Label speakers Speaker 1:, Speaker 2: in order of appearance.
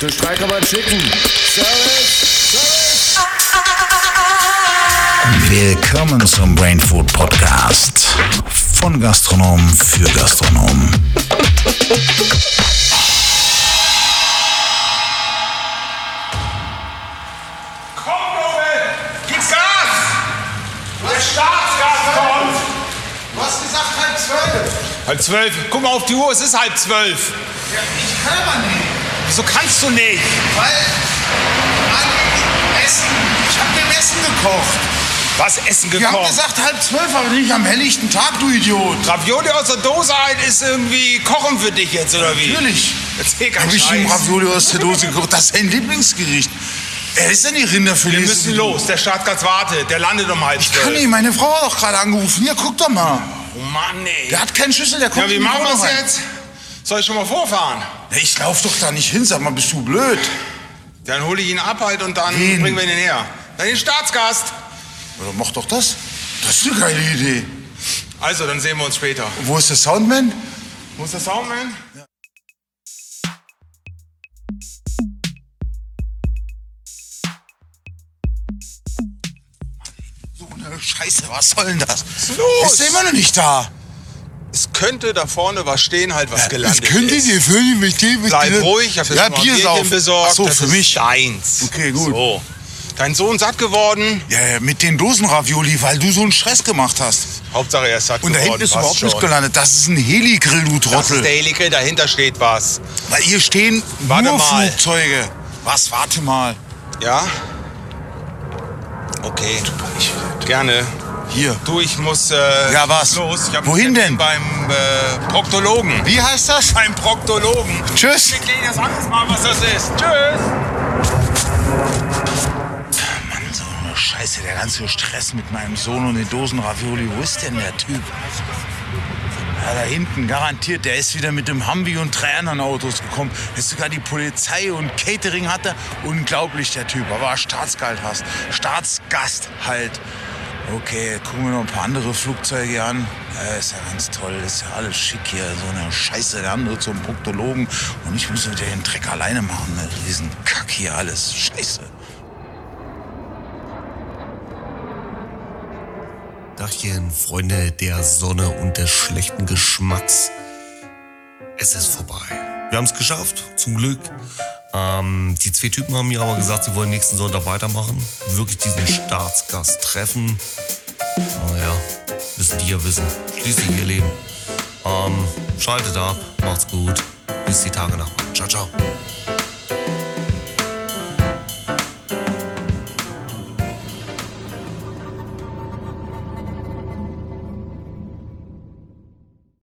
Speaker 1: Den Streiker mal schicken. Service! Service!
Speaker 2: Willkommen zum Brain Food Podcast. Von Gastronom für Gastronom.
Speaker 3: Komm, Junge! Gib Gas! Der Staatsgas kommt!
Speaker 4: Du hast gesagt halb zwölf.
Speaker 3: Halb zwölf. Guck mal auf die Uhr, es ist halb zwölf.
Speaker 4: Ja, ich kann aber nicht,
Speaker 3: Wieso kannst du nicht?
Speaker 4: weil an Essen. Ich hab dem Essen gekocht.
Speaker 3: Was Essen
Speaker 4: Wir haben
Speaker 3: gekocht?
Speaker 4: gesagt halb zwölf, aber nicht am helllichten Tag, du Idiot.
Speaker 3: Ravioli aus der Dose ein ist irgendwie kochen für dich jetzt, oder wie?
Speaker 4: Natürlich.
Speaker 3: Erzähl keinen
Speaker 4: Hab ich ihm
Speaker 3: Scheiß.
Speaker 4: Ravioli aus der Dose gekocht. Das ist sein Lieblingsgericht. Er ist denn die Rinderfilet.
Speaker 3: Wir müssen los, der Staatsgast wartet, der landet um halb
Speaker 4: Ich kann
Speaker 3: zwölf.
Speaker 4: nicht, meine Frau hat doch gerade angerufen. Ja, guck doch mal.
Speaker 3: Oh Mann, ey.
Speaker 4: Der hat keinen Schlüssel, der kommt
Speaker 3: Ja, wie
Speaker 4: in die
Speaker 3: machen wir
Speaker 4: Wohnung
Speaker 3: das
Speaker 4: rein.
Speaker 3: jetzt? Soll ich schon mal vorfahren?
Speaker 4: Ja, Ich lauf doch da nicht hin, sag mal, bist du blöd?
Speaker 3: Dann hole ich ihn ab halt und dann
Speaker 4: Wen?
Speaker 3: bringen wir ihn her. Dann den Staatsgast.
Speaker 4: Oder mach doch das. Das ist eine geile Idee.
Speaker 3: Also, dann sehen wir uns später.
Speaker 4: Wo ist der Soundman?
Speaker 3: Wo ist der Soundman?
Speaker 4: So eine Scheiße, was soll denn das?
Speaker 3: ist los?
Speaker 4: Ist der immer noch nicht da?
Speaker 3: Es könnte da vorne was stehen,
Speaker 4: Äh,
Speaker 3: halt was gelandet ist.
Speaker 4: ihr für mich mit dem mit
Speaker 3: Bleib ruhig, ich hab jetzt
Speaker 4: ja,
Speaker 3: mal ein
Speaker 4: Bier
Speaker 3: Bierchen
Speaker 4: saufen.
Speaker 3: besorgt.
Speaker 4: Ach so,
Speaker 3: das
Speaker 4: für
Speaker 3: ist
Speaker 4: mich.
Speaker 3: deins.
Speaker 4: Okay, gut.
Speaker 3: So. Dein Sohn satt geworden.
Speaker 4: Ja, ja, mit den Dosenravioli, weil du so einen Stress gemacht hast.
Speaker 3: Hauptsache er ist satt
Speaker 4: Und da
Speaker 3: geworden.
Speaker 4: hinten ist
Speaker 3: passt
Speaker 4: überhaupt nicht
Speaker 3: schon.
Speaker 4: gelandet. Das ist ein Heligrill, du
Speaker 3: Das ist der
Speaker 4: Trottel.
Speaker 3: Helikrill, dahinter steht was.
Speaker 4: Weil hier stehen
Speaker 3: Warte
Speaker 4: nur
Speaker 3: mal.
Speaker 4: Flugzeuge. Was, warte mal.
Speaker 3: Ja? Okay. Gerne.
Speaker 4: Hier.
Speaker 3: Du, ich muss äh,
Speaker 4: Ja, was?
Speaker 3: los. Ich hab
Speaker 4: Wohin
Speaker 3: einen Termin
Speaker 4: denn?
Speaker 3: Beim äh, Proktologen.
Speaker 4: Wie heißt das?
Speaker 3: Beim Proktologen.
Speaker 4: Tschüss.
Speaker 3: Wir klären das anderes Mal, was das ist. Tschüss.
Speaker 4: Mann, so eine Scheiße, der ganze Stress mit meinem Sohn und den Dosenravioli. Wo ist denn der Typ? Ja, da hinten, garantiert. Der ist wieder mit dem Humvee und drei anderen Autos gekommen. Ist sogar die Polizei und Catering hatte. Unglaublich, der Typ. Aber Staatsgast hast. Staatsgast halt. Okay, gucken wir noch ein paar andere Flugzeuge an. Ja, ist ja ganz toll, ist ja alles schick hier. So eine Scheiße, der andere zum Proktologen. Und ich muss wieder den Dreck alleine machen. Ne? Riesen Kack hier alles. Scheiße.
Speaker 5: Dachchen, Freunde der Sonne und des schlechten Geschmacks. Es ist vorbei. Wir haben es geschafft, zum Glück. Ähm, die zwei Typen haben mir aber gesagt, sie wollen nächsten Sonntag weitermachen. Wirklich diesen Staatsgast treffen. Naja, müssen die ja wissen. Schließlich ihr Leben. Ähm, schaltet ab, macht's gut. Bis die Tage nach. Ciao, ciao.